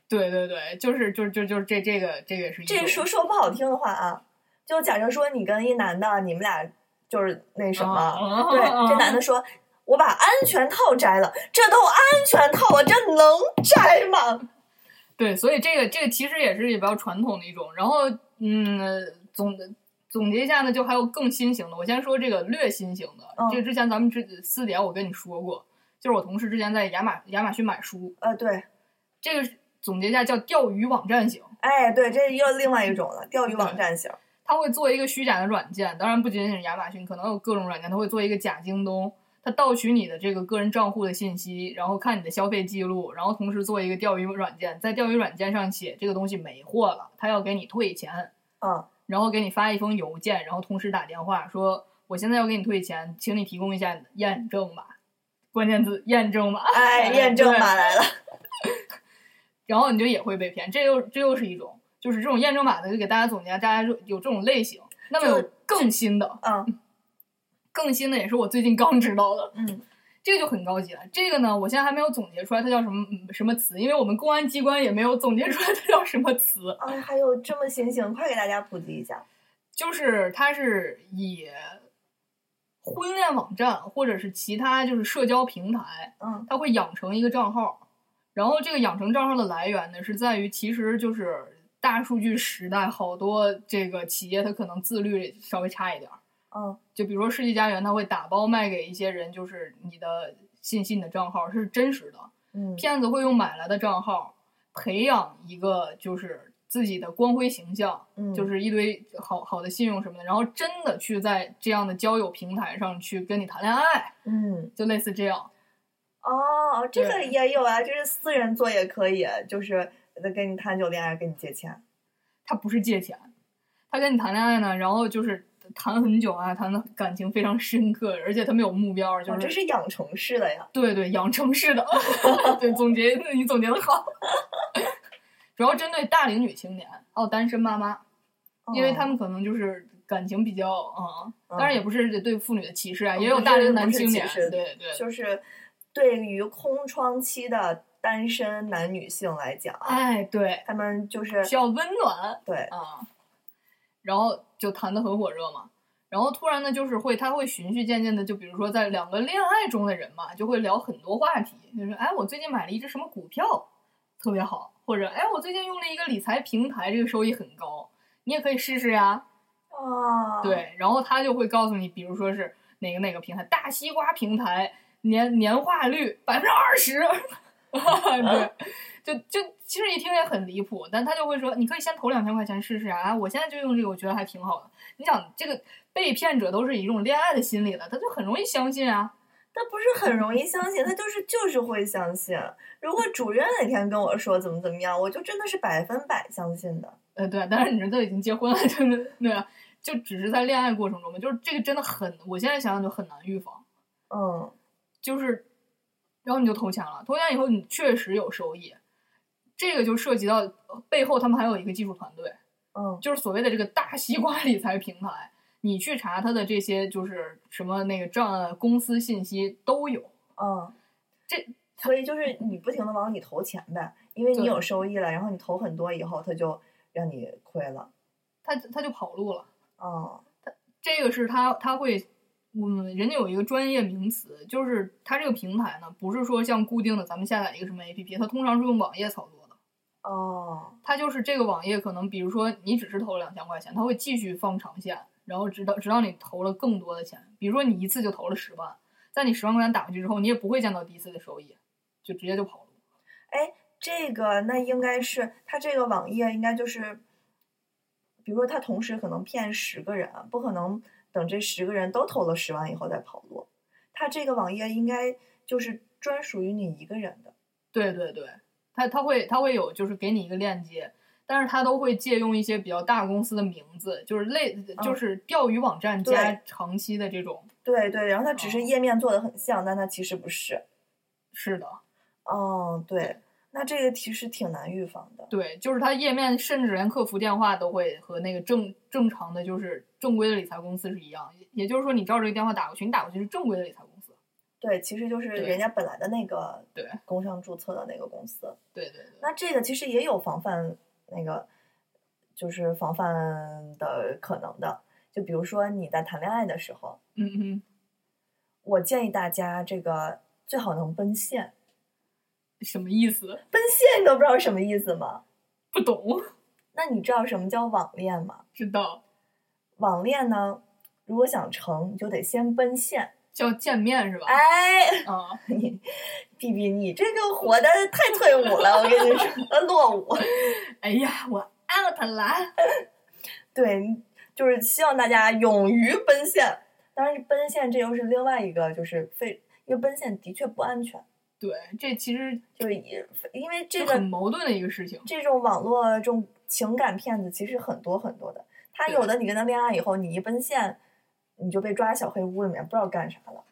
对对对，就是就是就就是这这个这个也是一
这
种
说说不好听的话啊，就假设说你跟一男的，你们俩就是那什么，
啊
对，这男的说。我把安全套摘了，这都安全套了，这能摘吗？
对，所以这个这个其实也是比较传统的一种。然后，嗯，总总结一下呢，就还有更新型的。我先说这个略新型的，
嗯
这个之前咱们之私底下我跟你说过，就是我同事之前在亚马亚马逊买书，
呃，对，
这个是总结一下叫钓鱼网站型。
哎，对，这又另外一种了，钓鱼网站型。
它会做一个虚假的软件，当然不仅仅是亚马逊，可能有各种软件，它会做一个假京东，它盗取你的这个个人账户的信息，然后看你的消费记录，然后同时做一个钓鱼软件，在钓鱼软件上写这个东西没货了，它要给你退钱，
嗯，
然后给你发一封邮件，然后同时打电话说我现在要给你退钱，请你提供一下你的验证码，关键字验证码，
哎，验证
对
码来了。
然后你就也会被骗，这又这又是一种，就是这种验证码的，就给大家总结，大家有这种类型。那么
就
有更新的，
嗯
更新的也是我最近刚知道的，
嗯，
这个就很高级了。这个呢，我现在还没有总结出来它叫什么嗯什么词，因为我们公安机关也没有总结出来它叫什么词。
哎，还有这么新型，快给大家普及一下。
就是它是以婚恋网站或者是其他就是社交平台，
嗯，
它会养成一个账号，然后这个养成账号的来源呢，是在于其实就是大数据时代，好多这个企业它可能自律稍微差一点儿，
嗯，
就比如说世纪佳缘，它会打包卖给一些人，就是你的信息、你的账号是真实的，
嗯，
骗子会用买来的账号培养一个就是自己的光辉形象，
嗯
就是一堆好好的信用什么的，然后真的去在这样的交友平台上去跟你谈恋爱，
嗯，
就类似这样。
哦，这个
对
也有啊，就是私人做也可以，就是跟你谈酒恋爱，跟你借钱。
他不是借钱，他跟你谈恋爱呢，然后就是谈很久啊，谈的感情非常深刻，而且他们有目标，就
哦，
是、
这是养成式的呀。
对对养成式的， 对总结你总结的好， 主要针对大龄女青年还有单身妈妈，因为他们可能就是感情比较啊，
哦嗯
当然也不是对妇女的歧视啊，
哦
也有
不是
大龄男
不是
青
歧
年，
视
对对
哦，就是对于空窗期的单身男女性来讲，
哎对，
他们就是
需要温暖，
对，
啊，然后就谈的很火热嘛。然后突然呢，就是会，他会循序渐进的，就比如说在两个恋爱中的人嘛，就会聊很多话题，就是哎，我最近买了一只什么股票，特别好，或者哎，我最近用了一个理财平台，这个收益很高，你也可以试试呀。
哦，，
对，然后他就会告诉你，比如说是哪个哪个平台，大西瓜平台年年化率百分之二十， 对，就就其实一听也很离谱，但他就会说，你可以先投两千块钱试试啊，啊我现在就用这个，我觉得还挺好的。你想，这个被骗者都是以一种恋爱的心理了，他就很容易相信啊。
他不是很容易相信，他就是就是会相信。如果主任哪天跟我说怎么怎么样，我就真的是百分百相信的。
呃，对，但是你这都已经结婚了，就是对啊，就只是在恋爱过程中嘛，就是这个真的很，我现在想想就很难预防。
嗯，
就是，然后你就投钱了，投钱以后你确实有收益，这个就涉及到背后他们还有一个技术团队，
嗯，
就是所谓的这个大西瓜理财平台，你去查它的这些就是什么那个账呃公司信息都有，
嗯，
这
所以就是你不停的往里投钱呗，因为你
对
有收益了，然后你投很多以后，他就让你亏了。
它它就跑路了。
哦，
这个是它它会，嗯，人家有一个专业名词，就是它这个平台呢，不是说像固定的咱们下载一个什么 APP，它通常是用网页操作的。
哦，
它就是这个网页可能，比如说你只是投了两千块钱，它会继续放长线，然后直到直到你投了更多的钱，比如说你一次就投了十万，在你十万块钱打过去之后，你也不会见到第一次的收益，就直接就跑路。
这个那应该是他这个网页应该就是，比如说他同时可能骗十个人，不可能等这十个人都投了十万以后再跑路。他这个网页应该就是专属于你一个人的。
对对对，它它会它会有就是给你一个链接，但是它都会借用一些比较大公司的名字，就是类就是钓鱼网站加
对
长期的这种，
对对，然后他只
哦
是页面做的很像，但他其实不是。
是的，
哦，对，那这个其实挺难预防的。
对，就是它页面甚至连客服电话都会和那个正正常的就是正规的理财公司是一样，也也就是说你照这个电话打过去，你打过去是正规的理财公司，
对，其实就是
对
人家本来的那个
对
工商注册的那个公司。
对对对，
那这个其实也有防范那个，就是防范的可能的。就比如说你在谈恋爱的时候，
嗯嗯，
我建议大家这个最好能奔现。
什么意思？
奔现你都不知道是什么意思吗？
不懂，
那你知道什么叫网恋吗？
知道
网恋呢，如果想成，你就得先奔现。
叫见面是吧？
哎，
啊，
你 B B，你这个活的太退伍了，我跟你说， 呃落伍。
哎呀，我 out 了，
对，就是希望大家勇于奔现。当然，奔现这又是另外一个，就是非因为奔现的确不安全，
对，这其实
就是也因为这
就
个
很矛盾的一个事情，
这种网络这种情感骗子其实很多很多的。他有的你跟他恋爱以后，你一奔现，你就被抓小黑屋里面不知道干啥了。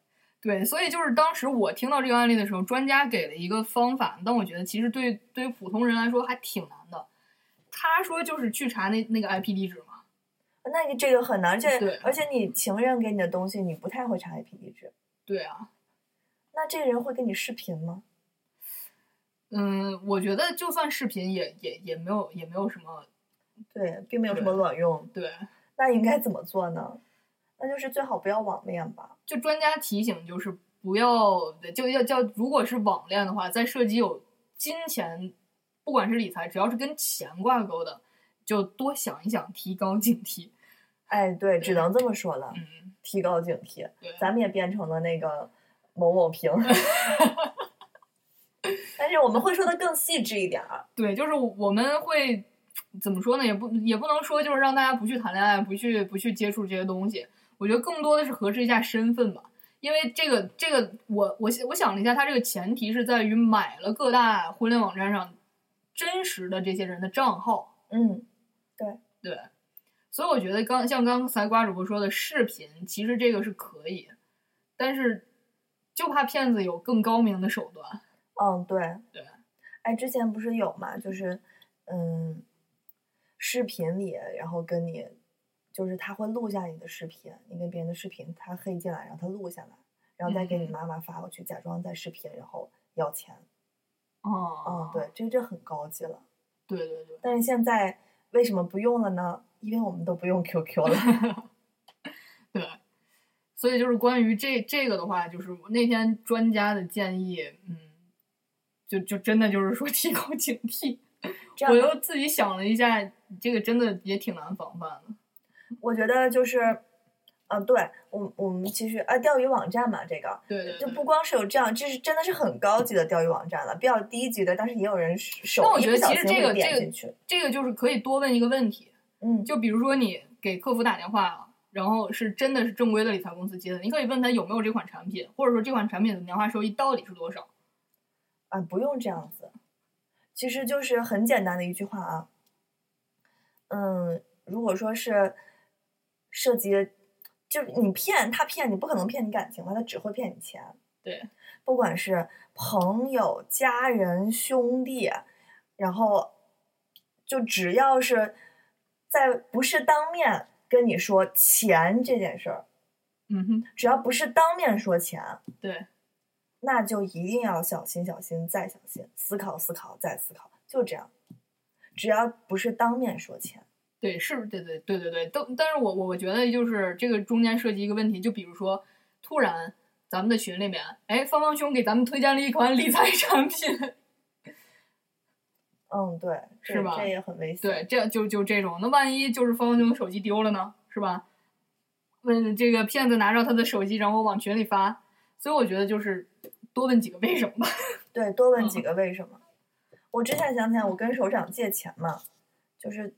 对，所以就是当时我听到这个案例的时候，专家给了一个方法，但我觉得其实对对于普通人来说还挺难的。他说就是去查那那个 IP 地址嘛，
那个这个很难，而且
对
而且你情人给你的东西，你不太会查 IP 地址。
对啊，
那这个人会跟你视频吗？
嗯，我觉得就算视频也也也没有也没有什么
对，并没有什
对
么卵用。
对。
那应该怎么做呢？那就是最好不要网恋吧。
就专家提醒，就是不要就要叫，如果是网恋的话，在涉及有金钱，不管是理财，只要是跟钱挂钩的，就多想一想，提高警惕。
哎，对，只
对
能这么说了，
嗯，
提高警惕。
对，
咱们也变成了那个某某评， 但是我们会说的更细致一点儿。
对，就是我们会怎么说呢？也不也不能说就是让大家不去谈恋爱，不去不去接触这些东西。我觉得更多的是核实一下身份吧，因为这个这个，我我我想了一下，它这个前提是在于买了各大婚恋网站上真实的这些人的账号。
嗯，
对，所以我觉得刚像刚才瓜主播说的视频，其实这个是可以，但是就怕骗子有更高明的手段。
嗯，对，
对。
哎，之前不是有嘛，就是嗯，视频里，然后跟你，就是他会录下你的视频，你跟别人的视频，他黑进来，然后他录下来，然后再给你
嗯
妈妈发过去，假装在视频，然后要钱。嗯
哦，，
对，这这很高级了。
对对对，
但是现在为什么不用了呢？因为我们都不用 QQ 了。
对，所以就是关于这这个的话，就是那天专家的建议，嗯，就就真的就是说 提高警 惕。
这
我
样，
又自己想了一下，这个真的也挺难防范的。
我觉得就是，嗯、对我我们其实啊，钓鱼网站嘛，这个
对对
就
对。
不光是有这样，这是真的是很高级的钓鱼网站了，比较低级的，但是也有人手
但我
一
觉
不
得
小
其
心
实这
会
个
点
这
进
个
去。
这个就是可以多问一个问题，
嗯，
就比如说你给客服打电话，啊然后是真的是正规的理财公司接的，你可以问他有没有这款产品，或者说这款产品的年化收益到底是多少。
啊，不用这样子，其实就是很简单的一句话啊。嗯，如果说是涉及，就是你骗他骗你，不可能骗你感情吧？他只会骗你钱。
对，
不管是朋友、家人、兄弟，然后就只要是在不是当面跟你说钱这件事儿，
嗯哼，
只要不是当面说钱，
对，
那就一定要小心、小心再小心，思考、思考再思考，就这样。只要不是当面说钱，
对，是，对对对对对，都，但是我我我觉得就是这个中间涉及一个问题，就比如说突然咱们的群里面，哎，芳芳兄给咱们推荐了一款理财产品，
嗯，对，这
是吧
这也很危险。
对，这就就这种，那万一就是芳芳兄手机丢了呢，是吧？问这个骗子拿着他的手机，然后往群里发，所以我觉得就是多问几个为什么吧。
对，多问几
嗯
个为什么。我之前想起来，我跟首长借钱嘛，就是，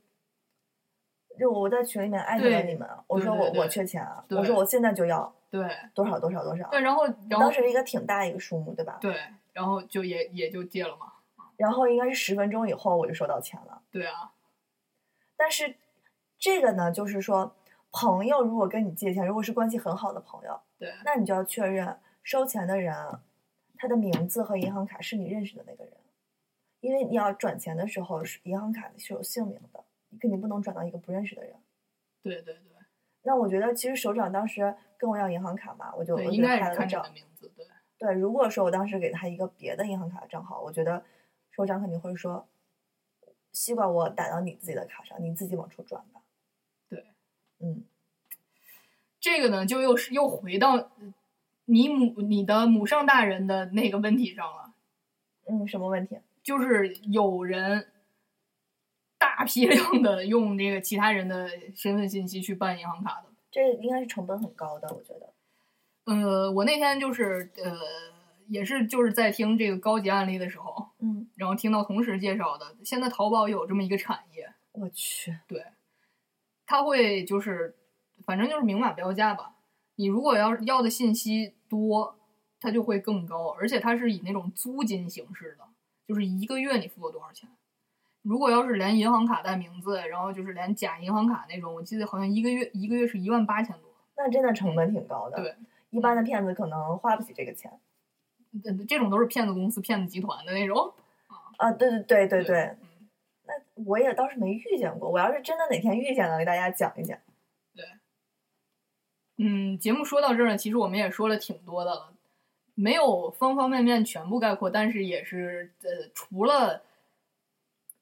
就我在群里面艾特了
对
你们，我
对
说
对
我
对
我缺钱啊，
对
我说我现在就要
对
多少多少多少，
对，然后然后
当时一个挺大一个数目，对吧？
对，然后就也也就戒了嘛。
然后应该是十分钟以后我就收到钱了，
对啊，
但是这个呢，就是说朋友如果跟你借钱，如果是关系很好的朋友，
对
那你就要确认收钱的人，他的名字和银行卡是你认识的那个人，因为你要转钱的时候，是银行卡是有姓名的，你肯定不能转到一个不认识的人。
对对对
那我觉得，其实首长当时跟我要银行卡嘛，我就我
对，
就
应
给他
该也
拍
是
了个照
看你的，名字。对
对，如果说我当时给他一个别的银行卡的账号，我觉得首长肯定会说，西瓜我打到你自己的卡上，你自己往出转吧。
对，
嗯，
这个呢，就又是又回到你母你的母上大人的那个问题上了，
嗯，什么问题？
就是有人大批量的用这个其他人的身份信息去办银行卡的。
这应该是成本很高的，我觉得。
呃，我那天就是呃，也是就是在听这个高级案例的时候，
嗯，
然后听到同事介绍的，现在淘宝有这么一个产业，
我去，
它会就是反正就是明码标价吧。你如果要要的信息多，它就会更高，而且它是以那种租金形式的，就是一个月你付了多少钱。如果要是连银行卡带名字，然后就是连假银行卡那种，我记得好像一个月一个月是一万八千多。
那真的成本挺高的。
对，
一般的骗子可能花不起这个钱。
呃这种都是骗子公司、骗子集团的那种。
啊，对对对对对，
嗯
那我也倒是没遇见过。我要是真的哪天遇见了，给大家讲一讲。
嗯，节目说到这儿呢，其实我们也说了挺多的了，没有方方面面全部概括，但是也是呃，除了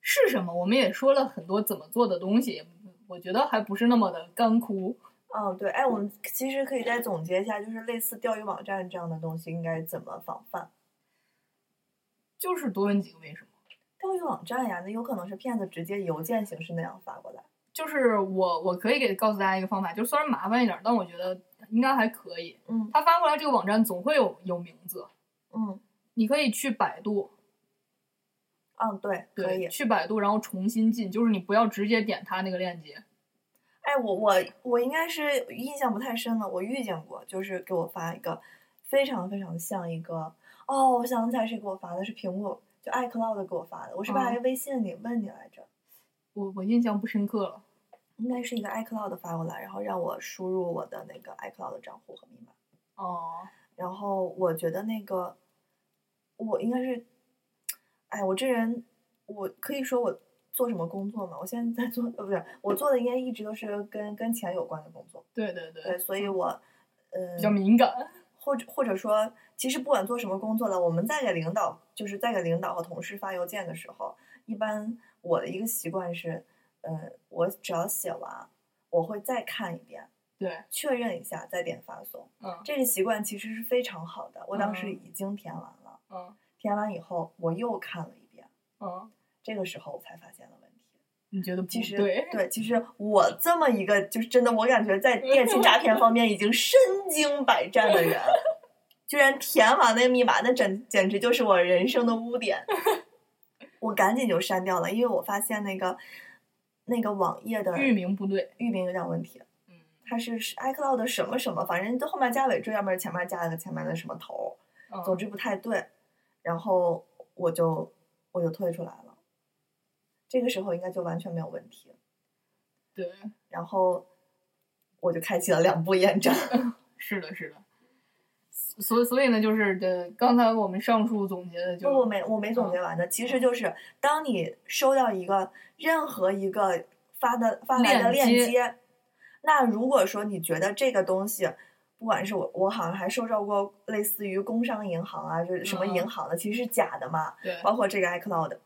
是什么，我们也说了很多怎么做的东西，我觉得还不是那么的干枯。
哦，对，哎，我们其实可以再总结一下，就是类似钓鱼网站这样的东西应该怎么防范。
就是多问几个为什么。
钓鱼网站呀，那有可能是骗子直接邮件形式那样发过来。
就是我我可以给告诉大家一个方法，就虽然麻烦一点儿，但我觉得应该还可以。
嗯
他发过来这个网站总会有有名字，
嗯，
你可以去百度，
啊，对，可
对，
以。
去百度然后重新进，就是你不要直接点他那个链接。
哎，我我我应该是印象不太深了，我遇见过，就是给我发一个非常非常像一个哦，我想起来谁给我发的，是苹果就 iCloud 给我发的，我是不是还
哦
微信里问你来着？
我我印象不深刻了。
应该是一个 iCloud 发过来，然后让我输入我的那个 iCloud 的账户和密码。
哦，
然后我觉得那个，我应该是，哎，我这人，我可以说我做什么工作嘛？我现在在做，呃，不是，我做的应该一直都是跟跟钱有关的工作。
对对对，
对，所以我，呃
比，较敏感。
或者或者说，其实不管做什么工作了，我们在给领导，就是在给领导和同事发邮件的时候，一般我的一个习惯是，呃，我只要写完，我会再看一遍，
对，
确认一下，再点发送。
嗯
这个习惯其实是非常好的。我当时
嗯
已经填完了，
嗯
填完以后我又看了一遍，
嗯，
这个时候我才发现了问题。
你觉得不
其实
嗯对？
其实我这么一个就是真的，我感觉在 电信诈骗方面已经身经百战的人，居然填完那个密码，那简简直就是我人生的污 点。我赶紧就删掉了，因为我发现那个那个网页的
域名不对。
域名有点问题。
嗯
它是是 iCloud 的什么什么，反正就后面加尾缀，要么前面加了个前面的什么头，
嗯，
总之不太对。然后我就我就退出来了。这个时候应该就完全没有问题。
对，
然后我就开启了两步验证。
嗯 是的，是的。所所以呢，就是这刚才我们上述总结的
不，我
就
没我没总
嗯
结完的，其实就是当你收到一个任何一个发的发来的链
链接
接，那如果说你觉得这个东西，不管是我我好像还收到过类似于工商银行啊，就是什么
嗯
银行的，其实是假的嘛，
对
包括这个 iCloud，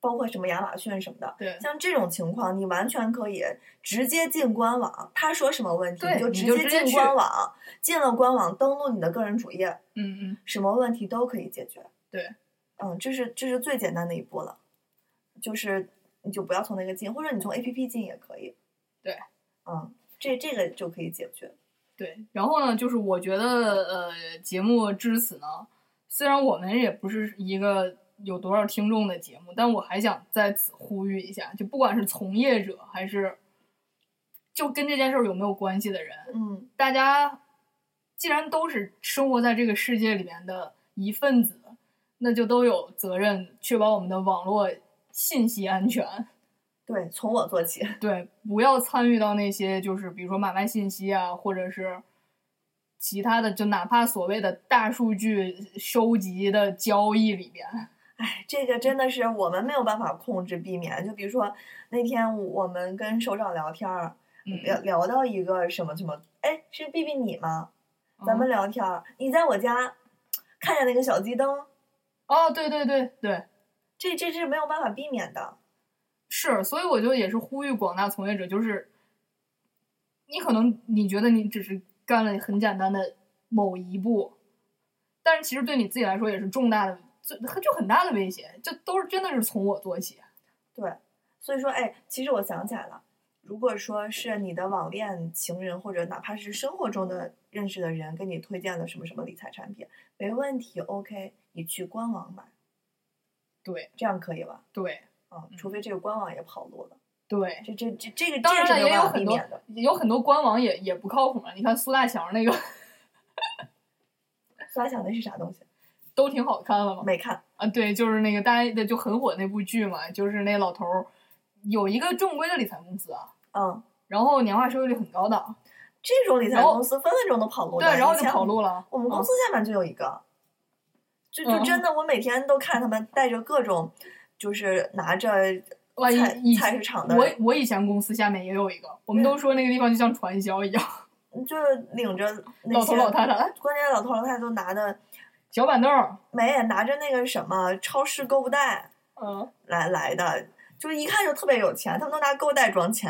包括什么亚马逊什么的。
对
像这种情况，你完全可以直接进官网，他说什么问题
对
你就
你
直
就
接
直接
进
去
官网，进了官网登录你的个人主页，
嗯嗯，
什么问题都可以解决。
对，
嗯，这是这是最简单的一步了，就是你就不要从那个进，或者你从 A P P 进也可以。
对，
嗯，这这个就可以解决。
对。然后呢，就是我觉得呃，节目至此呢，虽然我们也不是一个。有多少听众的节目？但我还想在此呼吁一下，就不管是从业者还是就跟这件事儿有没有关系的人，
嗯
大家既然都是生活在这个世界里面的一份子，那就都有责任确保我们的网络信息安全。
对，从我做起。
对，不要参与到那些就是比如说买卖信息啊，或者是其他的，就哪怕所谓的大数据收集的交易里边。
哎，这个真的是我们没有办法控制避免。就比如说那天我们跟首长聊天儿，
嗯，
聊聊到一个什么什么，哎，是 B B 你吗？
嗯
咱们聊天儿。你在我家看见那个小鸡灯，
哦，对对对对，
这这是没有办法避免的。
是，所以我就也是呼吁广大从业者，就是你可能你觉得你只是干了很简单的某一步，但是其实对你自己来说也是重大的，就就很大的威胁，就都是真的是从我做起。
对，所以说，哎，其实我想起来了，如果说是你的网恋情人，或者哪怕是生活中的认识的人给你推荐了什么什么理财产品，没问题，OK，你去官网买，
对
这样可以吧？
对
啊、
嗯
除非这个官网也跑路了，
对，
这这这这个
当
这
然
个是
了，
没有
也有
办法避
很多
免的。
有很多官网也也不靠谱嘛。你看苏大强那个
刷想的是啥东西？
都挺好看了嘛。
没看，
啊，对，就是那个大家的就很火那部剧嘛，就是那老头儿有一个正规的理财公司啊，
嗯，
然后年化收益率很高的，
这种理财
然后
公司分分钟都跑路的，
对，然后
以
就
前
跑路 了。
我们公
嗯
司下面就有一个，就就
嗯
真的，我每天都看他们带着各种，就是拿着
哇以
菜
以
菜市场的，
我我以前公司下面也有一个，我们都说那个地方就像传销一样，
就是领着那
老头
些，
老 太太，
关键老头老太太都拿的
小板凳 儿，
没拿着那个什么超市购物袋
嗯，
来来的，就是一看就特别有钱，他们都拿购物袋装 钱，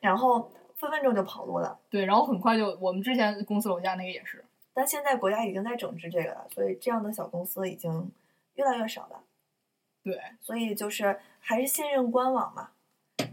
然后分分钟就跑路了。
对，然后很快就我们之前公司楼下那个也是，
但现在国家已经在整治这个了，所以这样的小公司已经越来越少了。
对，
所以就是还是信任官网嘛，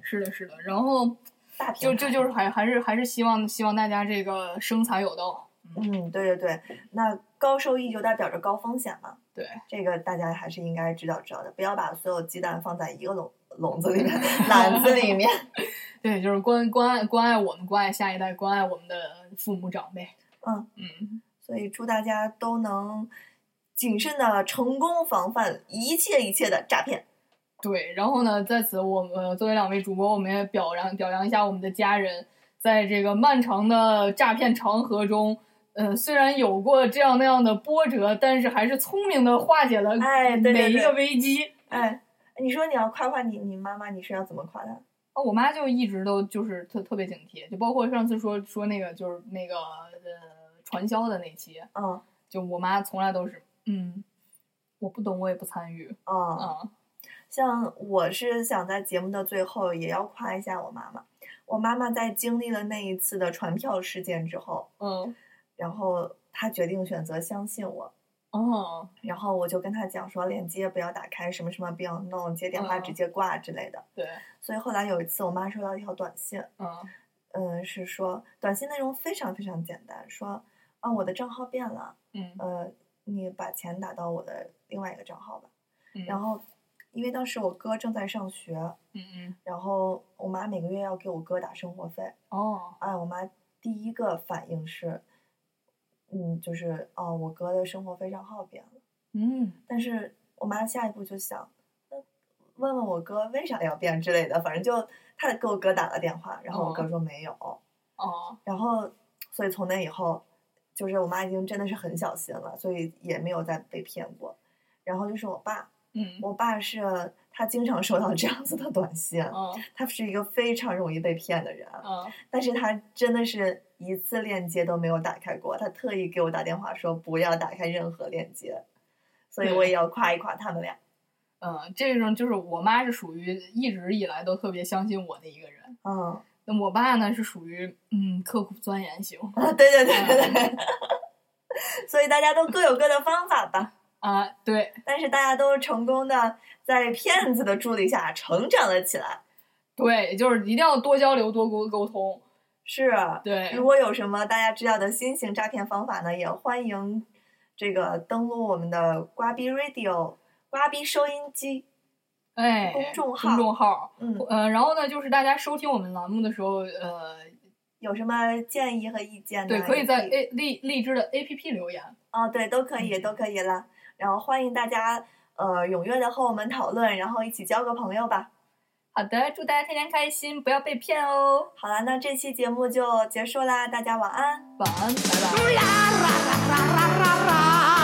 是的，是的，然后
大
就
平台
就就是还还是还是希望希望大家这个生财有道，
嗯，对对对，那高收益就代表着高风险嘛，
对，
这个大家还是应该知道知道的，不要把所有鸡蛋放在一个笼笼子里面，篮子里面。
对，就是关关爱关爱我们，关爱下一代，关爱我们的父母长辈，
嗯
嗯，
所以祝大家都能谨慎的成功防范一切一切的诈骗。
对，然后呢，在此我们呃作为两位主播，我们也表扬表扬一下我们的家人，在这个漫长的诈骗长河中，呃，虽然有过这样那样的波折，但是还是聪明的化解了
哎对对
每一个
对
危机。
哎，你说你要夸夸你你妈妈，你是要怎么夸她？
啊，我妈就一直都就是特特别警惕，就包括上次说说那个就是那个呃传销的那期，
嗯
就我妈从来都是嗯，我不懂我也不参与
嗯。
啊、
像我是想在节目的最后也要夸一下我妈妈。我妈妈在经历了那一次的传票事件之后，
嗯
然后她决定选择相信我。
哦
然后我就跟她讲说，链接不要打开，什么什么不要弄，接电话
嗯
直接挂之类的。
对
所以后来有一次，我妈收到一条短信，
嗯
嗯，是说短信内容非常非常简单，说啊我的账号变了，
嗯
呃，你把钱打到我的另外一个账号吧。
嗯
然后因为当时我哥正在上学，
嗯嗯
然后我妈每个月要给我哥打生活费，
哦
哎，我妈第一个反应是，嗯，就是哦，我哥的生活费账号变了。
嗯。
但是我妈下一步就想，那问问我哥为啥要变之类的，反正就她给我哥打了电话，然后我哥
哦
说没有，
哦，
然后所以从那以后，就是我妈已经真的是很小心了，所以也没有再被骗过。然后就是我爸，
嗯，
我爸是他经常收到这样子的短信，
嗯
他是一个非常容易被骗的人，
嗯，
但是他真的是一次链接都没有打开过，他特意给我打电话说不要打开任何链接，所以我也要夸一夸他们俩。
嗯，这种就是我妈是属于一直以来都特别相信我的一个人，
嗯，
那我爸呢是属于嗯刻苦钻研型
啊， 对对对对对，所以大家都各有各的方法吧，
啊，对
但是大家都成功的在骗子的助力下成长了起来。
对，就是一定要多交流多沟沟通，
是，
对，
如果有什么大家知道的新型诈骗方法呢，也欢迎这个登录我们的瓜逼 Radio 瓜逼收音机。
哎，
公众号
公众号，
嗯，
呃，然后呢，就是大家收听我们栏目的时候，呃，
有什么建议和意见呢？
对，可以
也
在 A 荔荔枝的 A P P 留言，
哦，对，都可以，
嗯
都可以啦。然后欢迎大家呃踊跃的和我们讨论，然后一起交个朋友吧。
好的，祝大家天天开心，不要被骗哦，
好啦，那这期节目就结束啦，大家晚安。
晚安，拜拜。
ra ra ra ra ra ra